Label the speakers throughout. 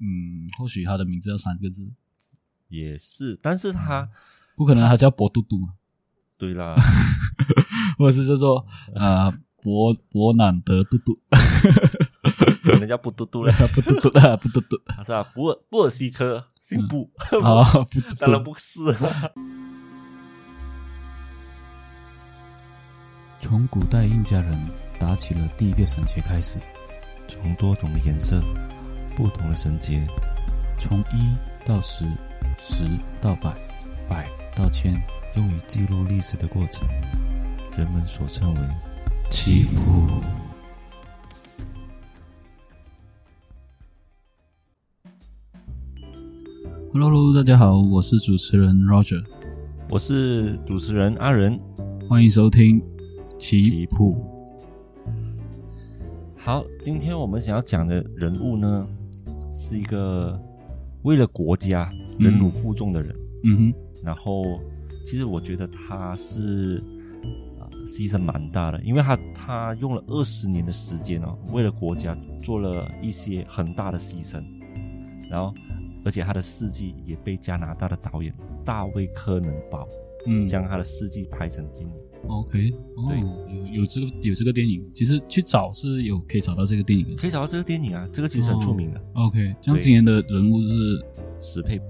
Speaker 1: 嗯，或许他的名字要三个字，
Speaker 2: 也是，但是他
Speaker 1: 不可能他叫博嘟嘟 嘛，
Speaker 2: 对啦，
Speaker 1: 或者是叫做呃博博南德嘟嘟，
Speaker 2: 可能叫布嘟 嘟了，
Speaker 1: 不嘟嘟 啊，不嘟嘟，
Speaker 2: 他是啊，布尔布尔西科姓布，
Speaker 1: 啊，不嘟
Speaker 2: 当然
Speaker 1: 嘟，
Speaker 2: 嗯不是
Speaker 3: 从古代印加人打起了第一个绳结开始，
Speaker 2: 从多种的颜色、不同的绳结，
Speaker 3: 从一到十，十到百，百到千，
Speaker 2: 用于记录历史的过程，人们所称为
Speaker 3: 起步。
Speaker 1: Hello Hello，大家好，我是主持人 Roger，
Speaker 2: 我是主持人阿仁。
Speaker 1: 欢迎收听棋
Speaker 2: 棋
Speaker 1: 谱。
Speaker 2: 好，今天我们想要讲的人物呢，是一个为了国家
Speaker 1: 嗯
Speaker 2: 忍辱负重的人。
Speaker 1: 嗯哼，
Speaker 2: 然后，其实我觉得他是啊、呃牺牲蛮大的，因为他他用了二十年的时间哦，为了国家做了一些很大的牺牲。然后，而且他的事迹也被加拿大的导演大卫柯能堡
Speaker 1: 嗯，
Speaker 2: 将他的事迹拍成电影。
Speaker 1: OK，哦，有有这个有这个电影，其实去找是有可以找到这个电影的。
Speaker 2: 可以找到这个电影啊，这个其实很出名的，
Speaker 1: 哦 OK，像
Speaker 2: 对
Speaker 1: 今年的人物是
Speaker 2: 史佩普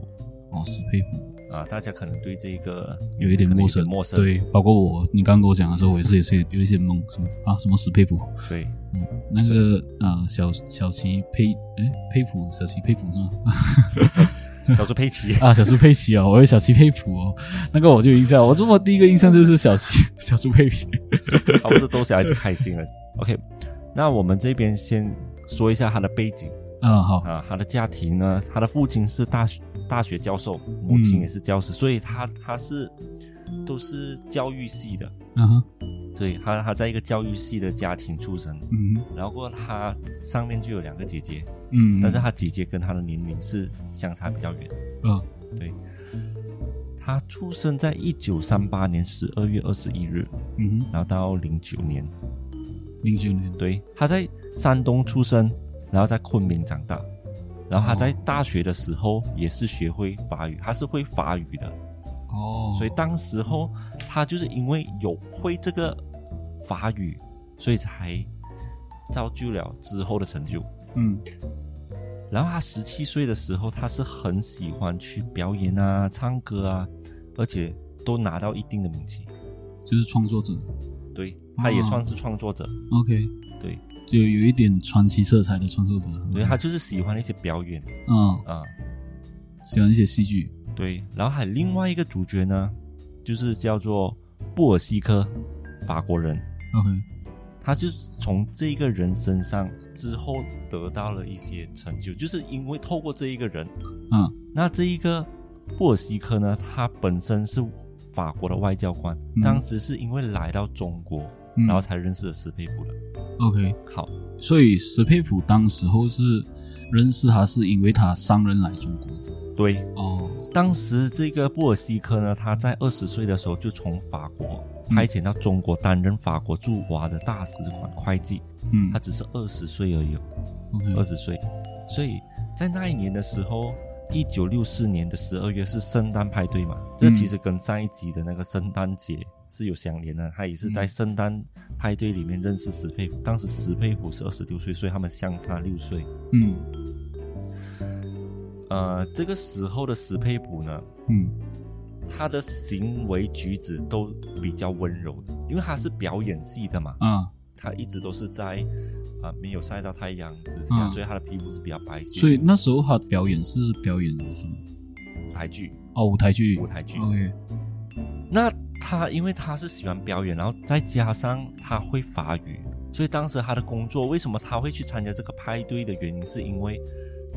Speaker 1: 哦，史佩普，
Speaker 2: 啊，大家可能对这个
Speaker 1: 有一点
Speaker 2: 可能
Speaker 1: 陌生，
Speaker 2: 陌生，
Speaker 1: 对，包括我，你刚跟我讲的时候，我也是也是有一些懵，什么啊，什么史佩普，
Speaker 2: 对
Speaker 1: 嗯，那个啊、小小齐佩，哎，佩普，小齐佩普是吗？
Speaker 2: 小猪佩奇
Speaker 1: 啊，小猪佩奇哦，我有小齐佩普哦，那个我就有印象，我这么第一个印象就是小齐 小猪佩皮，
Speaker 2: 他哦不是逗小孩子开心了。OK，那我们这边先说一下他的背景
Speaker 1: 啊，好，
Speaker 2: 啊，他的家庭呢，他的父亲是大学大学教授，母
Speaker 1: 嗯
Speaker 2: 亲也是教师，所以他他是都是教育系的，
Speaker 1: 嗯哼，
Speaker 2: 对他他在一个教育系的家庭出生，
Speaker 1: 嗯哼
Speaker 2: 然后过后他上面就有两个姐姐，
Speaker 1: 嗯，
Speaker 2: 但是他姐姐跟他的年龄是相差比较远。
Speaker 1: 嗯，
Speaker 2: 对。他出生在一九三八年十二月二十一日，
Speaker 1: 嗯哼，
Speaker 2: 然后到零九年，
Speaker 1: 零九年，
Speaker 2: 对，他在山东出生，然后在昆明长大，然后他在大学的时候也是学会法语，他是会法语的，
Speaker 1: 哦，
Speaker 2: 所以当时候他就是因为有会这个法语，所以才造就了之后的成就。
Speaker 1: 嗯
Speaker 2: 然后他十七岁的时候，他是很喜欢去表演啊、唱歌啊，而且都拿到一定的名气。
Speaker 1: 就是创作者
Speaker 2: 对，他也
Speaker 1: 哦
Speaker 2: 算是创作者。
Speaker 1: ，OK，
Speaker 2: 对，
Speaker 1: 就有一点传奇色彩的创作者，
Speaker 2: 所以他就是喜欢那些表演
Speaker 1: 嗯，
Speaker 2: 啊、
Speaker 1: 喜欢一些戏剧，
Speaker 2: 对，然后还有另外一个主角呢，就是叫做布尔西科，法国人。
Speaker 1: OK，
Speaker 2: 他就是从这一个人身上之后得到了一些成就，就是因为透过这一个人，
Speaker 1: 嗯
Speaker 2: 那这一个布尔西科呢，他本身是法国的外交官，
Speaker 1: 嗯
Speaker 2: 当时是因为来到中国，
Speaker 1: 嗯
Speaker 2: 然后才认识了斯佩普的。
Speaker 1: ，OK，
Speaker 2: 好，
Speaker 1: 所以史佩普当时候是认识他是因为他商人来中国，
Speaker 2: 对，
Speaker 1: 哦，
Speaker 2: 当时这个布尔西科呢，他在二十岁的时候就从法国派遣到中国担任法国驻华的大使馆会计，
Speaker 1: 嗯
Speaker 2: 他只是二十岁而已、哦，
Speaker 1: ，OK，
Speaker 2: 二十岁，所以在那一年的时候。一九六四年的十二月是圣诞派对嘛？这
Speaker 1: 嗯
Speaker 2: 其实跟上一集的那个圣诞节是有相连的。他也是在圣诞派对里面认识史佩普，当时史佩普是二十六岁，所以他们相差六岁。
Speaker 1: 嗯
Speaker 2: 呃，这个时候的史佩普呢，
Speaker 1: 嗯
Speaker 2: 他的行为举止都比较温柔的，因为他是表演系的嘛，
Speaker 1: 啊，
Speaker 2: 他一直都是在啊、呃没有晒到太阳之下，
Speaker 1: 嗯
Speaker 2: 所以他的皮肤是比较白皙。
Speaker 1: 所以那时候他表演是表演什么？
Speaker 2: 舞台剧，
Speaker 1: 哦，嗯舞台剧，
Speaker 2: 舞台剧。
Speaker 1: ，OK，
Speaker 2: 那他因为他是喜欢表演，然后再加上他会法语，所以当时他的工作为什么他会去参加这个派对的原因，是因为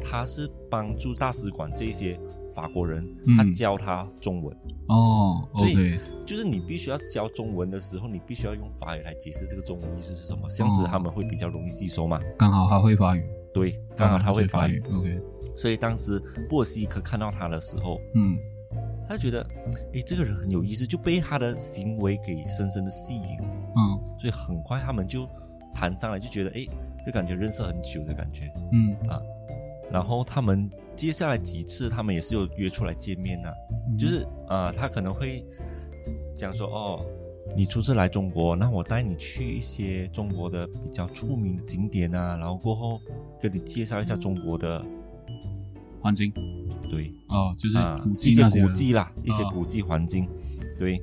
Speaker 2: 他是帮助大使馆这些法国人，他
Speaker 1: 嗯
Speaker 2: 教他中文。
Speaker 1: 哦
Speaker 2: 所以
Speaker 1: ，OK，
Speaker 2: 就是你必须要教中文的时候，你必须要用法语来解释这个中文意思是什么，这样子他们会比较容易吸收嘛。
Speaker 1: 刚好他会法语，
Speaker 2: 对，刚好他会啊法语，
Speaker 1: ，OK，
Speaker 2: 所以当时布尔西科看到他的时候，
Speaker 1: 嗯
Speaker 2: 他就觉得，诶，这个人很有意思，就被他的行为给深深的吸引，
Speaker 1: 嗯
Speaker 2: 所以很快他们就谈上了，就觉得，诶，就感觉认识很久的感觉。
Speaker 1: 嗯
Speaker 2: 然后他们接下来几次，他们也是有约出来见面呐、
Speaker 1: 嗯
Speaker 2: 就是啊、呃他可能会讲说，哦，你初次来中国，那我带你去一些中国的比较出名的景点啊，然后过后跟你介绍一下中国的，
Speaker 1: 环境
Speaker 2: 对，
Speaker 1: 哦，就是
Speaker 2: 啊、
Speaker 1: 古
Speaker 2: 一
Speaker 1: 迹
Speaker 2: 些
Speaker 1: 那些
Speaker 2: 古迹啦，一些
Speaker 1: 啊
Speaker 2: 古迹环境，对。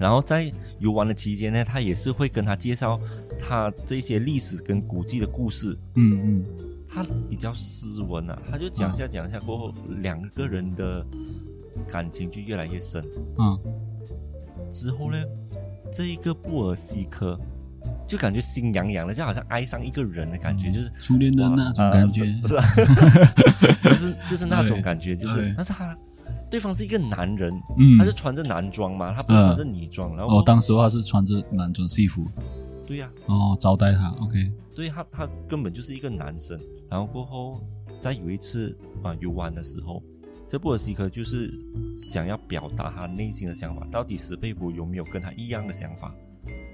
Speaker 2: 然后在游玩的期间呢，他也是会跟他介绍他这些历史跟古迹的故事，
Speaker 1: 嗯嗯，
Speaker 2: 他比较斯文啊，他就讲下讲下过后，两个人的感情就越来越深。
Speaker 1: 啊，
Speaker 2: 之后呢，这一个布尔西科就感觉心痒痒的，就好像爱上一个人的感觉，就是
Speaker 1: 初恋的嗯那种感觉，
Speaker 2: 呃 就是就是那种感觉，就是
Speaker 1: 对，
Speaker 2: 但是他对方是一个男人，
Speaker 1: 嗯
Speaker 2: 他，就穿着男装嘛，他不是穿着女装，然后
Speaker 1: 哦，当时话是穿着男装戏服，
Speaker 2: 对呀、
Speaker 1: 哦，招待他，OK，
Speaker 2: 对他他根本就是一个男生。然后过后，在有一次啊游玩的时候，这布尔西科就是想要表达他内心的想法，到底史佩普有没有跟他一样的想法？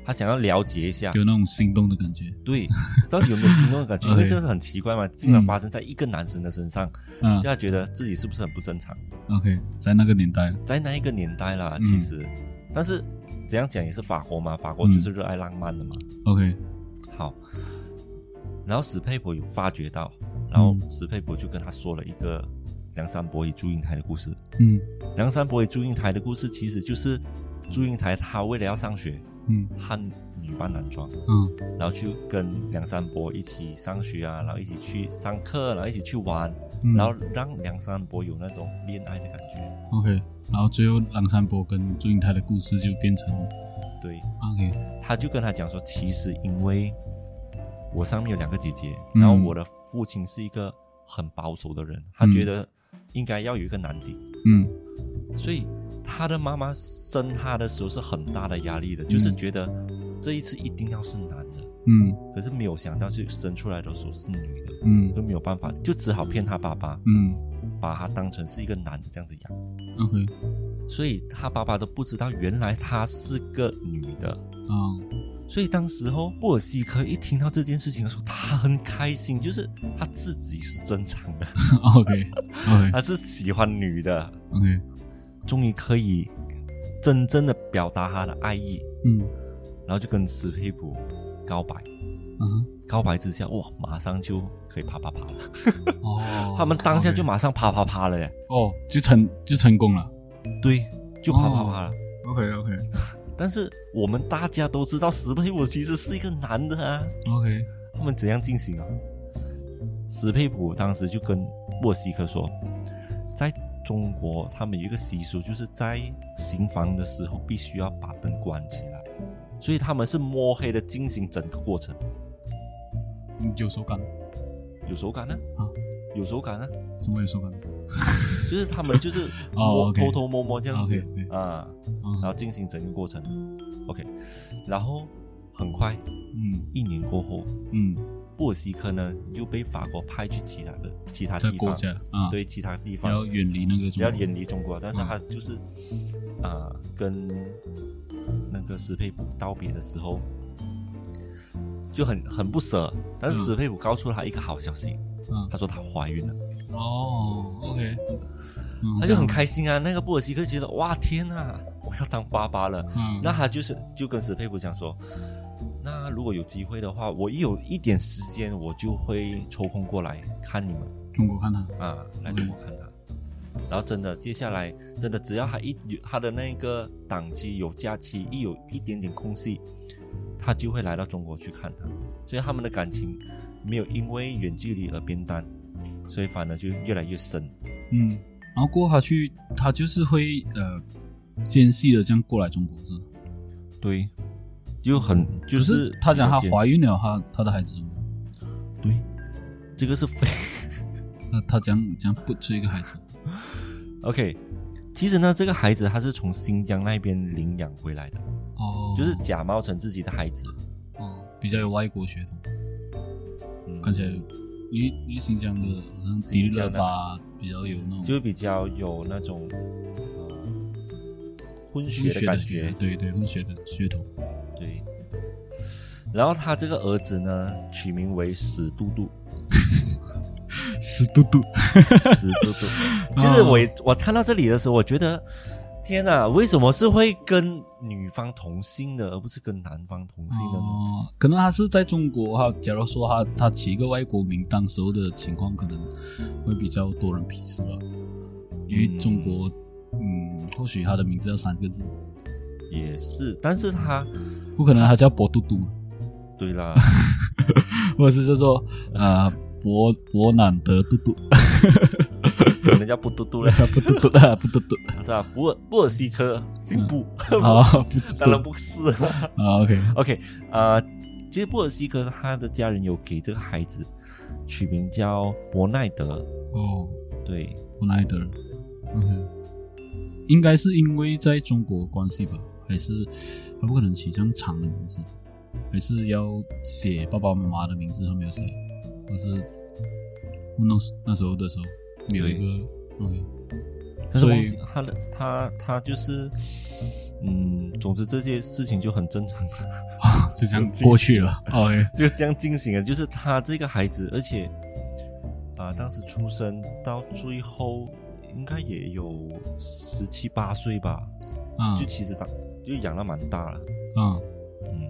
Speaker 2: 他想要了解一下，
Speaker 1: 有那种心动的感觉，
Speaker 2: 对，到底有没有心动的感 觉？因为
Speaker 1: OK
Speaker 2: 这个很奇怪嘛，竟然发生在一个男生的身上，
Speaker 1: 嗯
Speaker 2: 就他觉得自己是不是很不正常？
Speaker 1: ，OK，在那个年代，
Speaker 2: 在那一个年代啦，
Speaker 1: 嗯嗯
Speaker 2: 其实，但是怎样讲也是法国嘛，法国就是热爱浪漫的嘛。
Speaker 1: OK，
Speaker 2: 好，然后史佩普有发觉到，然后
Speaker 1: 嗯
Speaker 2: 史佩普就跟他说了一个梁山伯与祝英台的故事。
Speaker 1: 嗯
Speaker 2: 梁山伯与祝英台的故事其实就是祝英台她为了要上学，
Speaker 1: 嗯
Speaker 2: 汉女扮男装，
Speaker 1: 嗯
Speaker 2: 然后去跟梁山伯一起上学啊，然后一起去上课，然后一起去玩，
Speaker 1: 嗯，
Speaker 2: 然后让梁山伯有那种恋爱的感觉。
Speaker 1: OK，然后最后梁山伯跟祝英台的故事就变成
Speaker 2: 对，
Speaker 1: OK，
Speaker 2: 他就跟他讲说，其实因为我上面有两个姐姐，
Speaker 1: 嗯
Speaker 2: 然后我的父亲是一个很保守的人，他觉得应该要有一个男丁，
Speaker 1: 嗯
Speaker 2: 所以他的妈妈生他的时候是很大的压力的，就是觉得这一次一定要是男的，
Speaker 1: 嗯
Speaker 2: 可是没有想到就生出来的时候是女的，
Speaker 1: 嗯
Speaker 2: 都没有办法，就只好骗他爸爸，
Speaker 1: 嗯
Speaker 2: 把他当成是一个男的这样子养，
Speaker 1: ，OK，
Speaker 2: 所以他爸爸都不知道原来她是个女的，
Speaker 1: 啊
Speaker 2: 所以当时候布尔西科一听到这件事情的时候，他很开心，就是他自己是正常的，
Speaker 1: ，OK OK
Speaker 2: 他是喜欢女的，
Speaker 1: OK，
Speaker 2: 终于可以真正的表达他的爱意，
Speaker 1: 嗯
Speaker 2: 然后就跟史佩普告白。
Speaker 1: 嗯
Speaker 2: 告白之下，哇，马上就可以啪啪啪了。
Speaker 1: 哼，哦，
Speaker 2: 他们当下就
Speaker 1: OK
Speaker 2: 马上啪啪啪了耶，
Speaker 1: 哦就成就成功了
Speaker 2: 对，就啪啪
Speaker 1: 哦
Speaker 2: 啪了。
Speaker 1: ，OK OK
Speaker 2: 但是我们大家都知道，史佩普其实是一个男的啊。
Speaker 1: OK，
Speaker 2: 他们怎样进行啊？史佩普当时就跟莫西科说，在中国他们有一个习俗，就是在行房的时候必须要把灯关起来，所以他们是摸黑的进行整个过程，
Speaker 1: 嗯有手感，
Speaker 2: 有手感呢、
Speaker 1: 啊
Speaker 2: 有手感呢、啊
Speaker 1: 什么有手感？
Speaker 2: 就是他们就是摸、
Speaker 1: 哦，OK
Speaker 2: 偷偷摸摸这样子
Speaker 1: OK，OK
Speaker 2: 啊，然后
Speaker 1: 啊
Speaker 2: 进行整个过程，OK，然后很快
Speaker 1: 嗯
Speaker 2: 一年过后，
Speaker 1: 嗯，
Speaker 2: 布尔西科呢又被法国派去其他的其他
Speaker 1: 在
Speaker 2: 地
Speaker 1: 国
Speaker 2: 方，
Speaker 1: 家啊，，
Speaker 2: 对其他地方
Speaker 1: 要远离那个
Speaker 2: 比
Speaker 1: 中
Speaker 2: 较
Speaker 1: 国，
Speaker 2: 远离中国，但
Speaker 1: 嗯
Speaker 2: 是他就是啊、呃跟那个史佩普道别的时候就很很不舍，但是
Speaker 1: 嗯
Speaker 2: 史佩普告诉他一个好消息，
Speaker 1: 嗯
Speaker 2: 他说她怀孕了，
Speaker 1: 哦，OK，嗯
Speaker 2: 他就很，开心啊。那个布尔西克觉得哇天呐，我要当爸爸了。
Speaker 1: 嗯
Speaker 2: 那他就是就跟史佩普讲说，那如果有机会的话，我一有一点时间，我就会抽空过来看你们。
Speaker 1: 中国看他，
Speaker 2: 啊，来中国看他。然后真的，接下来真的，只要他一有他的那个档期有假期，一有一点点空隙，他就会来到中国去看他。所以他们的感情没有因为远距离而变淡，所以反而就越来越深。
Speaker 1: 嗯，然后过后他去，他就是会呃间隙的这样过来中国是吗？
Speaker 2: 对，就很就
Speaker 1: 可
Speaker 2: 是
Speaker 1: 他讲他
Speaker 2: 比较
Speaker 1: 怀
Speaker 2: 艰
Speaker 1: 孕了，他他的孩子怎么办？
Speaker 2: 辛，对，这个是非
Speaker 1: 那他讲讲不出一个孩子，
Speaker 2: OK。其实呢，这个孩子他是从新疆那边领养回来的，
Speaker 1: 哦，
Speaker 2: 就是假冒成自己的孩子。
Speaker 1: 哦比较有外国血统，
Speaker 2: 嗯，
Speaker 1: 看起来因为因为新疆的好像迪丽热巴比较有那种
Speaker 2: 就比较有那种呃混
Speaker 1: 混
Speaker 2: 血
Speaker 1: 血
Speaker 2: 的
Speaker 1: 的
Speaker 2: 感
Speaker 1: 血
Speaker 2: 觉，
Speaker 1: 对对混血的血统，
Speaker 2: 对。然后他这个儿子呢，取名为史杜杜，
Speaker 1: 死嘟嘟，
Speaker 2: 死嘟嘟。其实我也我看到这里的时候，我觉得天哪，为什么是会跟女方同性的，而不是跟男方同性的呢？
Speaker 1: 哦，可能他是在中国哈，假如说他他起一个外国名，当时候的情况可能会比较多人鄙视吧，因为
Speaker 2: 嗯
Speaker 1: 中国，嗯，或许他的名字要三个字，
Speaker 2: 也是，但是他
Speaker 1: 不可能他叫博嘟嘟，
Speaker 2: 对啦，
Speaker 1: 或者是叫做呃博博南德嘟 嘟，
Speaker 2: 可能叫不嘟嘟了，
Speaker 1: 不嘟嘟的不嘟嘟，
Speaker 2: 是吧？布尔布尔西科姓布，
Speaker 1: 啊不嘟
Speaker 2: 当然
Speaker 1: 嘟
Speaker 2: 不是。
Speaker 1: 啊 OK，
Speaker 2: OK，呃，其实布尔西科他的家人有给这个孩子取名叫伯奈德，
Speaker 1: 哦，
Speaker 2: 对，
Speaker 1: 不奈德，OK，应该是因为在中国关系吧，还是他不可能起这样长的名字，还是要写爸爸妈妈的名字，他没有写，但是我那时那时候的时候没有一个 OK，
Speaker 2: 但是
Speaker 1: 所以
Speaker 2: 忘记他的他他就是，嗯，总之这些事情就很正常，
Speaker 1: 就这样过去
Speaker 2: 哦
Speaker 1: 了 OK，
Speaker 2: 就这样进行了。就是他这个孩子，而且啊、当时出生到最后应该也有十七八岁吧，
Speaker 1: 啊
Speaker 2: 就其实他就养到蛮大了，
Speaker 1: 啊
Speaker 2: 嗯。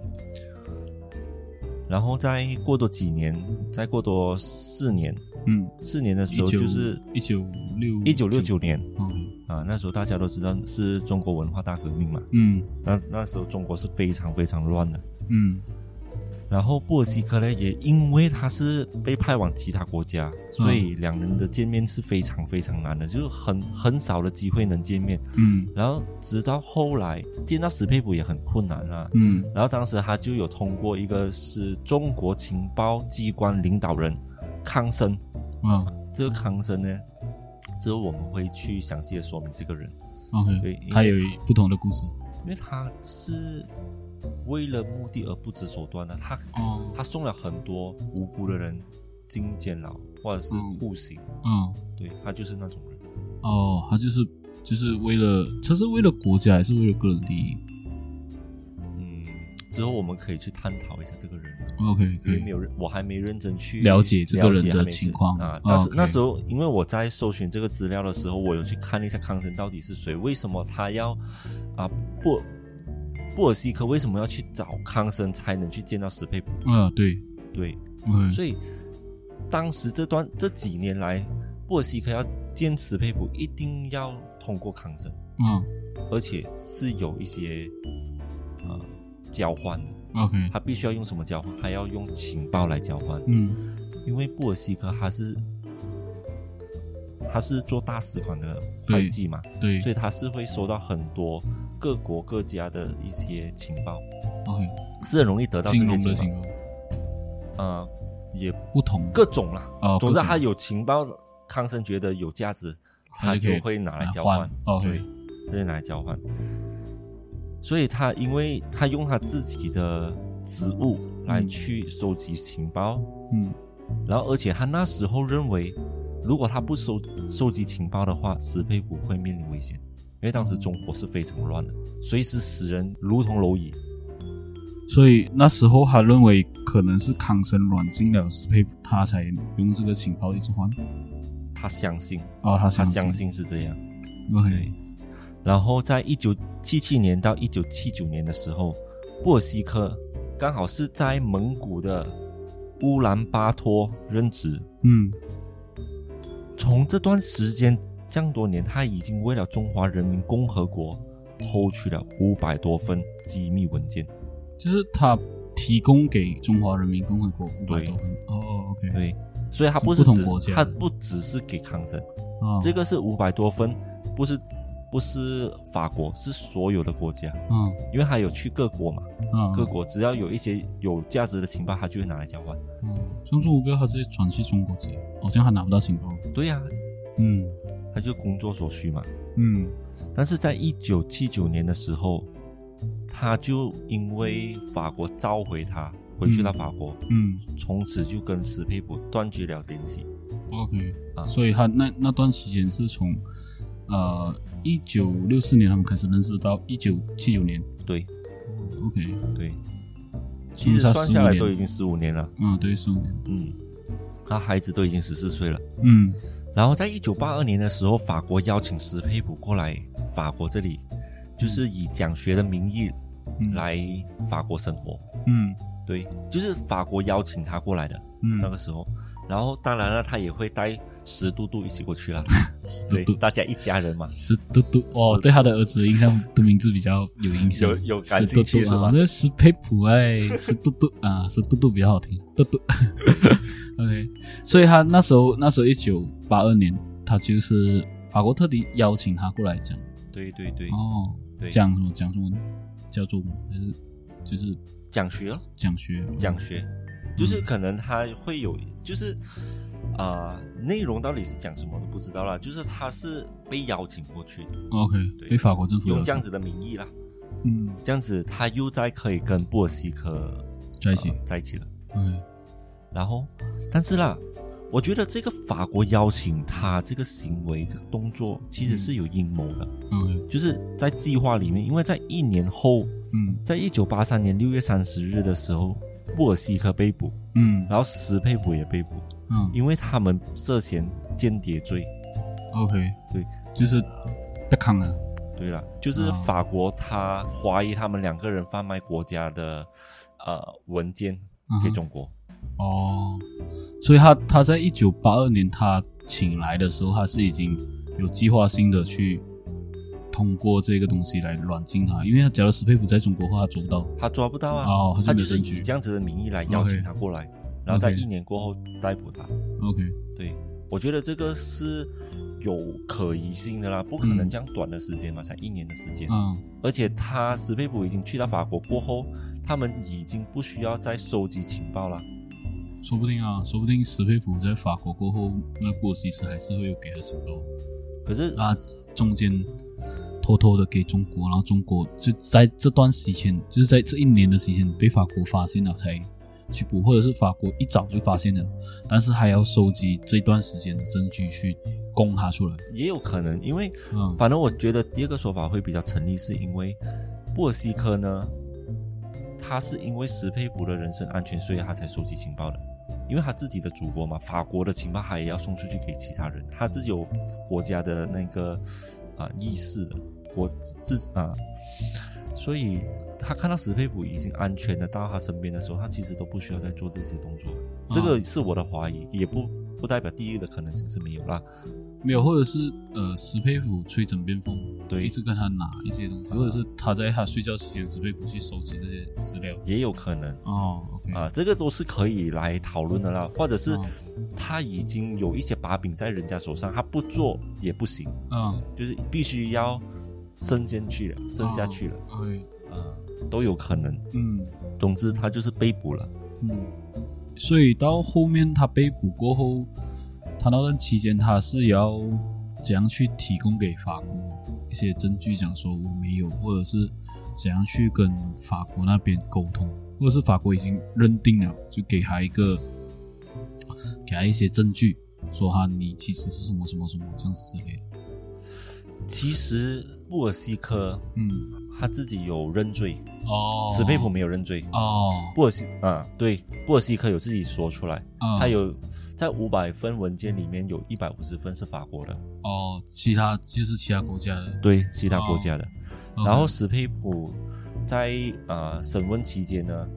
Speaker 2: 然后再过多几年，再过多四年，
Speaker 1: 嗯，
Speaker 2: 四年的时
Speaker 1: 一
Speaker 2: 候
Speaker 1: 九
Speaker 2: 就是
Speaker 1: 一九六
Speaker 2: 一九六九年
Speaker 1: ，OK，
Speaker 2: 啊，那时候大家都知道是中国文化大革命嘛，
Speaker 1: 嗯
Speaker 2: 那那时候中国是非常非常乱的。
Speaker 1: 嗯
Speaker 2: 然后布尔西克呢，也因为他是被派往其他国家，
Speaker 1: 嗯
Speaker 2: 所以两人的见面是非常非常难的，就是很很少的机会能见面。
Speaker 1: 嗯
Speaker 2: 然后直到后来见到史佩普也很困难啊啦、
Speaker 1: 嗯
Speaker 2: 然后当时他就有通过一个是中国情报机关领导人康生，
Speaker 1: 啊
Speaker 2: 这个康生呢，之后我们会去详细的说明这个人，对
Speaker 1: OK，
Speaker 2: 因为
Speaker 1: 他有不同的故事
Speaker 2: 因为他是为了目的而不择手段的，他
Speaker 1: 哦，
Speaker 2: 他送了很多无辜的人进监牢或者是
Speaker 1: 嗯
Speaker 2: 酷刑，
Speaker 1: 嗯。
Speaker 2: 对他就是那种人。
Speaker 1: 哦，他就是就是为了，他是为了国家还是为了个人利益
Speaker 2: 嗯，之后我们可以去探讨一下这个人，
Speaker 1: 哦？OK，可
Speaker 2: 因为
Speaker 1: 以
Speaker 2: 没，有人，我还没认真去
Speaker 1: 了解这个人
Speaker 2: 了解
Speaker 1: 的
Speaker 2: 他没事
Speaker 1: 情况
Speaker 2: 啊
Speaker 1: 哦。
Speaker 2: 但是
Speaker 1: OK
Speaker 2: 那时候，因为我在搜寻这个资料的时候，我有去看了一下康生到底是谁，为什么他要啊布布尔西科为什么要去找康生才能去见到史佩普？
Speaker 1: 啊，对
Speaker 2: 对，
Speaker 1: ，OK，
Speaker 2: 所以当时这段这几年来，布尔西克要坚持佩普，一定要通过康生，
Speaker 1: 嗯
Speaker 2: 而且是有一些呃交换的。
Speaker 1: ，OK，
Speaker 2: 他必须要用什么交换？还要用情报来交换，
Speaker 1: 嗯
Speaker 2: 因为布尔西克他是他是做大使馆的会计嘛，
Speaker 1: 对
Speaker 2: 所以他是会收到很多各国各家的一些情报，
Speaker 1: ，OK，
Speaker 2: 是很容易得到这
Speaker 1: 金融
Speaker 2: 些
Speaker 1: 的
Speaker 2: 情
Speaker 1: 金
Speaker 2: 报。
Speaker 1: 融
Speaker 2: 呃，也
Speaker 1: 不同
Speaker 2: 各种啦，
Speaker 1: 哦
Speaker 2: 总之
Speaker 1: 各种
Speaker 2: 他有情报，康生觉得有价值，
Speaker 1: 他
Speaker 2: 他
Speaker 1: 就可以
Speaker 2: 就会拿来交
Speaker 1: 拿
Speaker 2: 换
Speaker 1: 换，哦
Speaker 2: 对，就是拿来交换。所以他因为他用他自己的职务来去收集情报，
Speaker 1: 嗯
Speaker 2: 然后而且他那时候认为，如果他不收收集情报的话，史佩普会面临危险，因为当时中国是非常乱的，随时死人如同蝼蚁。
Speaker 1: 所以那时候他认为可能是康生软禁了史佩普，他才用这个情报一直换。
Speaker 2: 他相信，
Speaker 1: 哦，他
Speaker 2: 他
Speaker 1: 相
Speaker 2: 相信是这样。对
Speaker 1: OK，，
Speaker 2: 然后在一九七七年到一九七九年的时候，布尔西科刚好是在蒙古的乌兰巴托任职。
Speaker 1: 嗯
Speaker 2: 从这段时间这样多年，他已经为了中华人民共和国偷取了五百多份机密文件。
Speaker 1: 就是他提供给中华人民共和国五百
Speaker 2: 对
Speaker 1: 多份。哦，OK，
Speaker 2: 对，所以他不
Speaker 1: 是
Speaker 2: 是
Speaker 1: 不同
Speaker 2: 只
Speaker 1: 国家
Speaker 2: 他不只是给康生，
Speaker 1: 哦
Speaker 2: 这个是五百多份，不是不是法国，是所有的国家，
Speaker 1: 嗯
Speaker 2: 因为他有去各国嘛。
Speaker 1: 嗯，
Speaker 2: 各国只要有一些有价值的情报，他就会拿来交换。
Speaker 1: 嗯，像中国标他直接转去中国籍，哦，这样还拿不到情报。
Speaker 2: 对呀、
Speaker 1: 嗯
Speaker 2: 他就工作所需嘛。
Speaker 1: 嗯
Speaker 2: 但是在一九七九年的时候，他就因为法国召回他，回去到法国，
Speaker 1: 嗯
Speaker 2: 从此就跟史佩普断绝了联系。
Speaker 1: ，OK，
Speaker 2: 啊
Speaker 1: 嗯所以他那那段时间是从呃一九六四年他们开始认识到一九七九年
Speaker 2: 对
Speaker 1: ，OK，
Speaker 2: 对，其实算下来都已经十五年了。
Speaker 1: 啊嗯，对，十五年，
Speaker 2: 嗯，他孩子都已经十四岁了。
Speaker 1: 嗯
Speaker 2: 然后在一九八二年的时候，法国邀请史佩普过来法国这里，就是以讲学的名义
Speaker 1: 嗯
Speaker 2: 来法国生活。
Speaker 1: 嗯
Speaker 2: 对，就是法国邀请他过来的
Speaker 1: 嗯，
Speaker 2: 那个时候。然后当然了，他也会带史嘟嘟一起过去 了。对，大家一家人嘛。
Speaker 1: 石嘟嘟，哦，对他的儿子印象的名字比较有影响，
Speaker 2: 有有感
Speaker 1: 石嘟
Speaker 2: 兴趣是
Speaker 1: 嘟
Speaker 2: 吧
Speaker 1: 啊，那石佩普哎，石嘟嘟 啊，石嘟嘟比较好听，嘟嘟。OK，所以他那时候那时候一九八二年，他就是法国特地邀请他过来讲，
Speaker 2: 对对对
Speaker 1: 哦，
Speaker 2: 对，
Speaker 1: 讲什么讲什么叫做还是就是
Speaker 2: 讲学咯
Speaker 1: 讲学
Speaker 2: 讲学，就是可能他会有，就是啊、内容到底是讲什么都不知道啦。就是他是被邀请过去的，
Speaker 1: OK，
Speaker 2: 对
Speaker 1: 被法国政府
Speaker 2: 用
Speaker 1: 邀
Speaker 2: 这样
Speaker 1: 请
Speaker 2: 子的名义啦，
Speaker 1: 嗯
Speaker 2: 这样子他又在可以跟布尔西克
Speaker 1: 在一起
Speaker 2: 呃，在一起了。
Speaker 1: 嗯
Speaker 2: 然后，但是啦，我觉得这个法国邀请他这个行为、这个动作，其实是有阴谋的，
Speaker 1: OK，
Speaker 2: 就是在计划里面，因为在一年后，
Speaker 1: 嗯
Speaker 2: 在一九八三年六月三十日的时候，布尔西克被捕，
Speaker 1: 嗯
Speaker 2: 然后史佩普也被捕，
Speaker 1: 嗯
Speaker 2: 因为他们涉嫌间谍罪。
Speaker 1: ，OK，
Speaker 2: 对，
Speaker 1: 就是被砍了，
Speaker 2: 对了，就是
Speaker 1: 哦
Speaker 2: 法国他怀疑他们两个人贩卖国家的呃文件
Speaker 1: 嗯
Speaker 2: 给
Speaker 1: 哼
Speaker 2: 中国。
Speaker 1: 哦，所以他他在一九八二年他请来的时候，他是已经有计划性的去通过这个东西来软禁他，因为他假如史佩普在中国的话，他做不到。
Speaker 2: 他抓不到啊，
Speaker 1: 哦他就
Speaker 2: 他
Speaker 1: 没
Speaker 2: 就
Speaker 1: 有
Speaker 2: 是
Speaker 1: 证据
Speaker 2: 以这样子的名义来邀请他过来，然后在一年过后逮捕他。
Speaker 1: OK，
Speaker 2: 对，我觉得这个是有可疑性的啦，不可能这样短的时间嘛，才一年的时间。
Speaker 1: 嗯
Speaker 2: 而且他史佩普已经去到法国过后，他们已经不需要再收集情报了。
Speaker 1: 说不定啊，说不定史佩普在法国过后，那布尔西斯还是会有给他情报，
Speaker 2: 可是
Speaker 1: 他中间偷偷的给中国，然后中国就在这段时间，就是在这一年的时间被法国发现了才去捕，或者是法国一早就发现了，但是还要收集这段时间的证据去供他出来。
Speaker 2: 也有可能，因为
Speaker 1: 嗯
Speaker 2: 反正我觉得第二个说法会比较成立，是因为布尔西科呢，他是因为史佩普的人身安全，所以他才收集情报的。因为他自己的祖国嘛，法国的情报还要送出去给其他人，他自己有国家的那个啊、意识的国自 啊、所以他看到史佩普已经安全的到他身边的时候，他其实都不需要再做这些动作。这个是我的怀疑，也不不代表第一的可能性是没有啦。
Speaker 1: 没有，或者是呃，史佩普吹枕边风，
Speaker 2: 对
Speaker 1: 一直跟他拿一些东西，或者是他在他睡觉之前，史佩普去收集这些资料。
Speaker 2: 也有可能。
Speaker 1: 哦，OK，
Speaker 2: 啊，这个都是可以来讨论的啦，或者是
Speaker 1: 哦
Speaker 2: 他已经有一些把柄在人家手上，他不做也不行，
Speaker 1: 嗯
Speaker 2: 就是必须要伸进去了，伸下去了，
Speaker 1: ，OK，
Speaker 2: 啊，都有可能。
Speaker 1: 嗯。
Speaker 2: 总之，他就是被捕了。
Speaker 1: 嗯，所以到后面他被捕过后，他那段期间他是要怎样去提供给法国一些证据，讲说我没有，或者是怎样去跟法国那边沟通，或者是法国已经认定了，就给他一个给他一些证据，说他你其实是什么什么什么这样子之类的。
Speaker 2: 其实布尔西科
Speaker 1: 嗯，
Speaker 2: 他自己有认罪，
Speaker 1: 哦，
Speaker 2: 史佩普没有认罪。
Speaker 1: 哦，
Speaker 2: 布尔西啊，对，布尔西科有自己说出来，
Speaker 1: 嗯
Speaker 2: 他有在五百份文件里面有一百五十份是法国的，
Speaker 1: 哦，其他就是其他国家的，
Speaker 2: 对其
Speaker 1: 哦
Speaker 2: 他国家的。
Speaker 1: OK
Speaker 2: 然后史佩普在呃审问期间呢，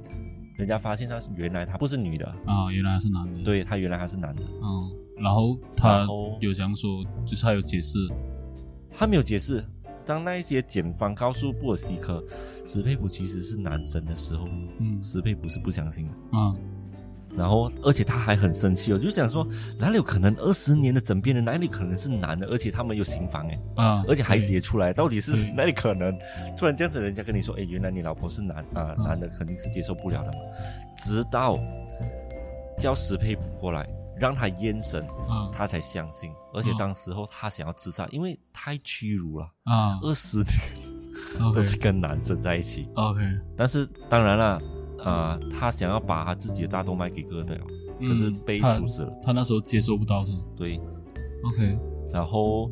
Speaker 2: 人家发现他原来他不是女的，
Speaker 1: 啊，原来是男的，
Speaker 2: 对他原来他是男的，
Speaker 1: 嗯，然后他
Speaker 2: 然后
Speaker 1: 有讲说，就是他有解释，
Speaker 2: 他没有解释。当那一些检方告诉布尔西科史佩普其实是男生的时候，
Speaker 1: 嗯
Speaker 2: 史佩普是不相信的。
Speaker 1: 啊，
Speaker 2: 然后，而且他还很生气哦，就想说哪里有可能二十年的枕边人哪里可能是男的，而且他们有刑房哎，
Speaker 1: 啊，
Speaker 2: 而且孩子也出来，到底是
Speaker 1: 对
Speaker 2: 哪里可能？突然这样子，人家跟你说，哎，原来你老婆是男啊、
Speaker 1: 嗯
Speaker 2: 男的肯定是接受不了的嘛。直到叫石佩普过来，让他淹神，
Speaker 1: 啊
Speaker 2: 他才相信。而且
Speaker 1: 嗯
Speaker 2: 当时候他想要自杀，因为太屈辱了，
Speaker 1: 啊
Speaker 2: 二十年
Speaker 1: ，OK
Speaker 2: 都是跟男生在一起。
Speaker 1: OK，
Speaker 2: 但是当然了，啊，他想要把他自己的大动脉给割掉，
Speaker 1: 嗯
Speaker 2: 可是被
Speaker 1: 他
Speaker 2: 阻止了。
Speaker 1: 他那时候接收不到是吗
Speaker 2: 对，
Speaker 1: ？OK，
Speaker 2: 然后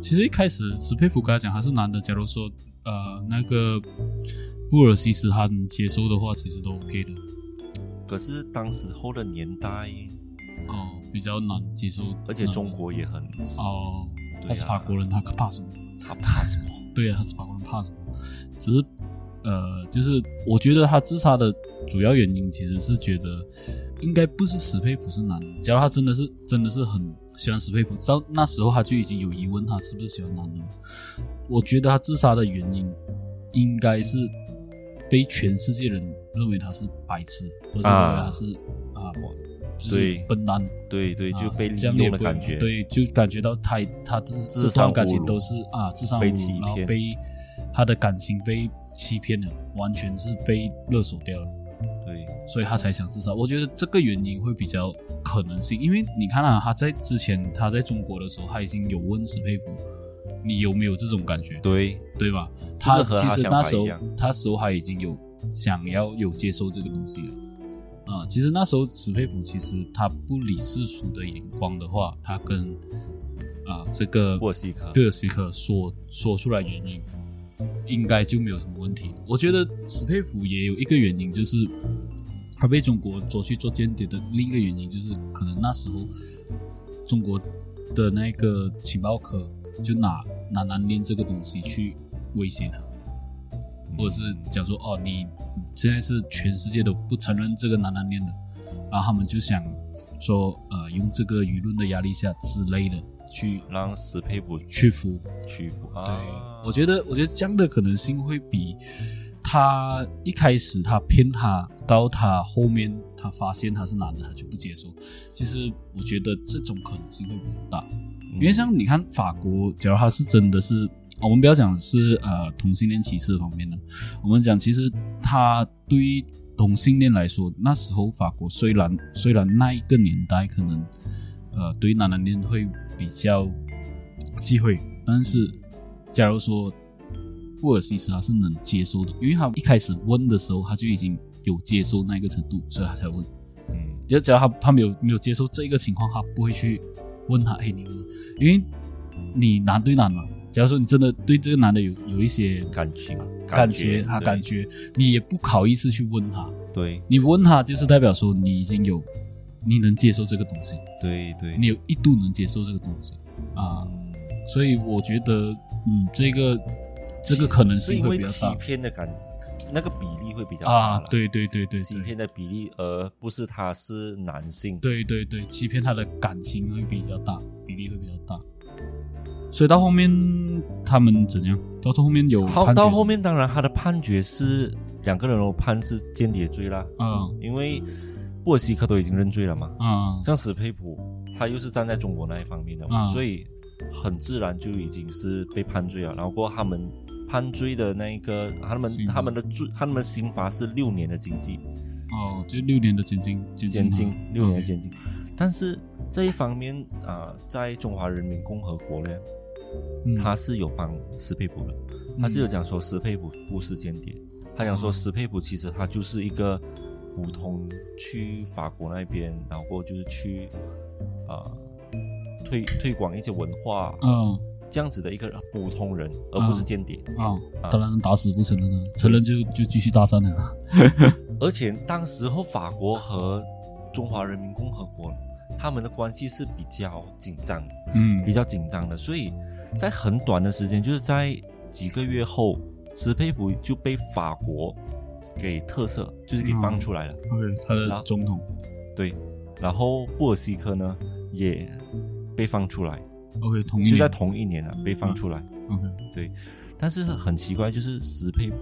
Speaker 1: 其实一开始史佩普跟他讲他是男的，假如说呃那个布尔西斯他能接收的话，其实都 OK 的。
Speaker 2: 可是当时候的年代。
Speaker 1: 哦，比较难接受。
Speaker 2: 而且中国也很，
Speaker 1: 嗯哦，
Speaker 2: 对
Speaker 1: 他是法
Speaker 2: 啊，
Speaker 1: 国人，他怕什么？
Speaker 2: 他怕什么？
Speaker 1: 对啊，他是法国人，怕什么？只是，呃，就是我觉得他自杀的主要原因，其实是觉得应该不是史佩普是男的。假如他真的是真的是很喜欢史佩普，到那时候他就已经有疑问，他是不是喜欢男的了。我觉得他自杀的原因，应该是被全世界人认为他是白痴，或者认为他是啊，就是
Speaker 2: 对
Speaker 1: 笨蛋。
Speaker 2: 对对，
Speaker 1: 啊
Speaker 2: 就被利
Speaker 1: 这样
Speaker 2: 用
Speaker 1: 也
Speaker 2: 的
Speaker 1: 不
Speaker 2: 感
Speaker 1: 好
Speaker 2: 觉。
Speaker 1: 对，就感觉到他他这这段
Speaker 2: 商
Speaker 1: 感
Speaker 2: 侮
Speaker 1: 情
Speaker 2: 辱
Speaker 1: 都是啊，智商
Speaker 2: 被
Speaker 1: 侮辱
Speaker 2: 欺
Speaker 1: 然后
Speaker 2: 骗
Speaker 1: 被他的感情被欺骗了，完全是被勒索掉了，
Speaker 2: 对
Speaker 1: 所以他才想自杀。我觉得这个原因会比较可能性，因为你看啊，他在之前他在中国的时候，他已经有问史佩普，你有没有这种感觉，
Speaker 2: 对
Speaker 1: 对吧？
Speaker 2: 是不
Speaker 1: 他
Speaker 2: 是和
Speaker 1: 其
Speaker 2: 他
Speaker 1: 实
Speaker 2: 想
Speaker 1: 那
Speaker 2: 法
Speaker 1: 时
Speaker 2: 一
Speaker 1: 候
Speaker 2: 样？
Speaker 1: 他时候还已经有想要有接受这个东西了啊。其实那时候史佩普其实他不理世俗的眼光的话，他跟啊这个
Speaker 2: 沃西克
Speaker 1: 对尔西克说说出来原因，应该就没有什么问题。我觉得史佩普也有一个原因，就是他被中国捉去做间谍的另一个原因，就是可能那时候中国的那个情报科就拿拿南恋这个东西去威胁他，或者是讲说哦，你现在是全世界都不承认这个男男恋的，然后他们就想说呃，用这个舆论的压力下之类的去
Speaker 2: 让史佩普
Speaker 1: 屈服。
Speaker 2: 屈服
Speaker 1: 对
Speaker 2: 啊！，
Speaker 1: 我觉得我觉得这样的可能性会比他一开始他骗他到他后面他发现他是男的，他就不接受。其实我觉得这种可能性会比较大。
Speaker 2: 嗯
Speaker 1: 因为像你看法国，假如他是真的是，哦我们不要讲是呃同性恋歧视方面的，我们讲其实他对于同性恋来说，那时候法国虽然虽然那一个年代可能呃对于男男恋会比较忌讳，但是假如说布尔西斯他是能接受的，因为他一开始问的时候他就已经有接受那个程度，所以他才问。
Speaker 2: 嗯
Speaker 1: 就只要他他没有没有接受这一个情况，他不会去问他，哎，你有没有因为你男对男嘛，假如说你真的对这个男的有有一些
Speaker 2: 感情
Speaker 1: 感
Speaker 2: 觉
Speaker 1: 觉，他
Speaker 2: 对
Speaker 1: 感觉，你也不好意思去问他，
Speaker 2: 对
Speaker 1: 你问他就是代表说你已经有你能接受这个东西，
Speaker 2: 对对，
Speaker 1: 你有一度能接受这个东西啊，
Speaker 2: 嗯
Speaker 1: 所以我觉得，嗯，这个这个可能
Speaker 2: 是
Speaker 1: 性
Speaker 2: 因
Speaker 1: 会
Speaker 2: 为
Speaker 1: 比较
Speaker 2: 欺
Speaker 1: 大
Speaker 2: 骗的感，那个比例会比较大
Speaker 1: 啊
Speaker 2: 啦，
Speaker 1: 对对对对
Speaker 2: 欺
Speaker 1: 对
Speaker 2: 骗的比例，而不是他是男性。
Speaker 1: 对对对，欺骗他的感情会比较大，比例会比较大。所以到后面他们怎样？到后面有
Speaker 2: 好，
Speaker 1: 判决
Speaker 2: 到后，面当然他的判决是两个人都判是间谍罪啦，
Speaker 1: 嗯
Speaker 2: 因为布尔西克都已经认罪了嘛，
Speaker 1: 嗯
Speaker 2: 像史佩普他又是站在中国那一方面的
Speaker 1: 啊
Speaker 2: 嘛，所以很自然就已经是被判罪了。然后过后他们判罪的那一个，他们
Speaker 1: 刑罚
Speaker 2: 他们的罪，他们的刑罚是六年的禁忌，
Speaker 1: 哦，就六年的监禁，监禁
Speaker 2: 监
Speaker 1: 他
Speaker 2: 禁六年的监禁。但是这一方面啊、呃在中华人民共和国呢，
Speaker 1: 嗯
Speaker 2: 他是有帮斯佩普的，他是有讲说斯佩普不是间谍，他讲
Speaker 1: 啊
Speaker 2: 说斯佩普其实他就是一个普通去法国那边，然后过就是去啊、推推广一些文化
Speaker 1: 嗯
Speaker 2: 这样子的一个呃普通人，而不是间谍。
Speaker 1: 啊，当然打死不承认了，承认就就继续搭讪了。啊
Speaker 2: 而且当时候法国和中华人民共和国他们的关系是比较紧张的。
Speaker 1: 嗯
Speaker 2: 比较紧张的，所以在很短的时间，就是在几个月后，史佩普就被法国给特赦，就是给放出来了。
Speaker 1: ，OK，他的总统
Speaker 2: 对，然后布尔西科呢也被放出来，
Speaker 1: ，OK，同意
Speaker 2: 就
Speaker 1: 你
Speaker 2: 在同一年啊被放出来。
Speaker 1: ，OK，
Speaker 2: 但是很奇怪，就是史佩普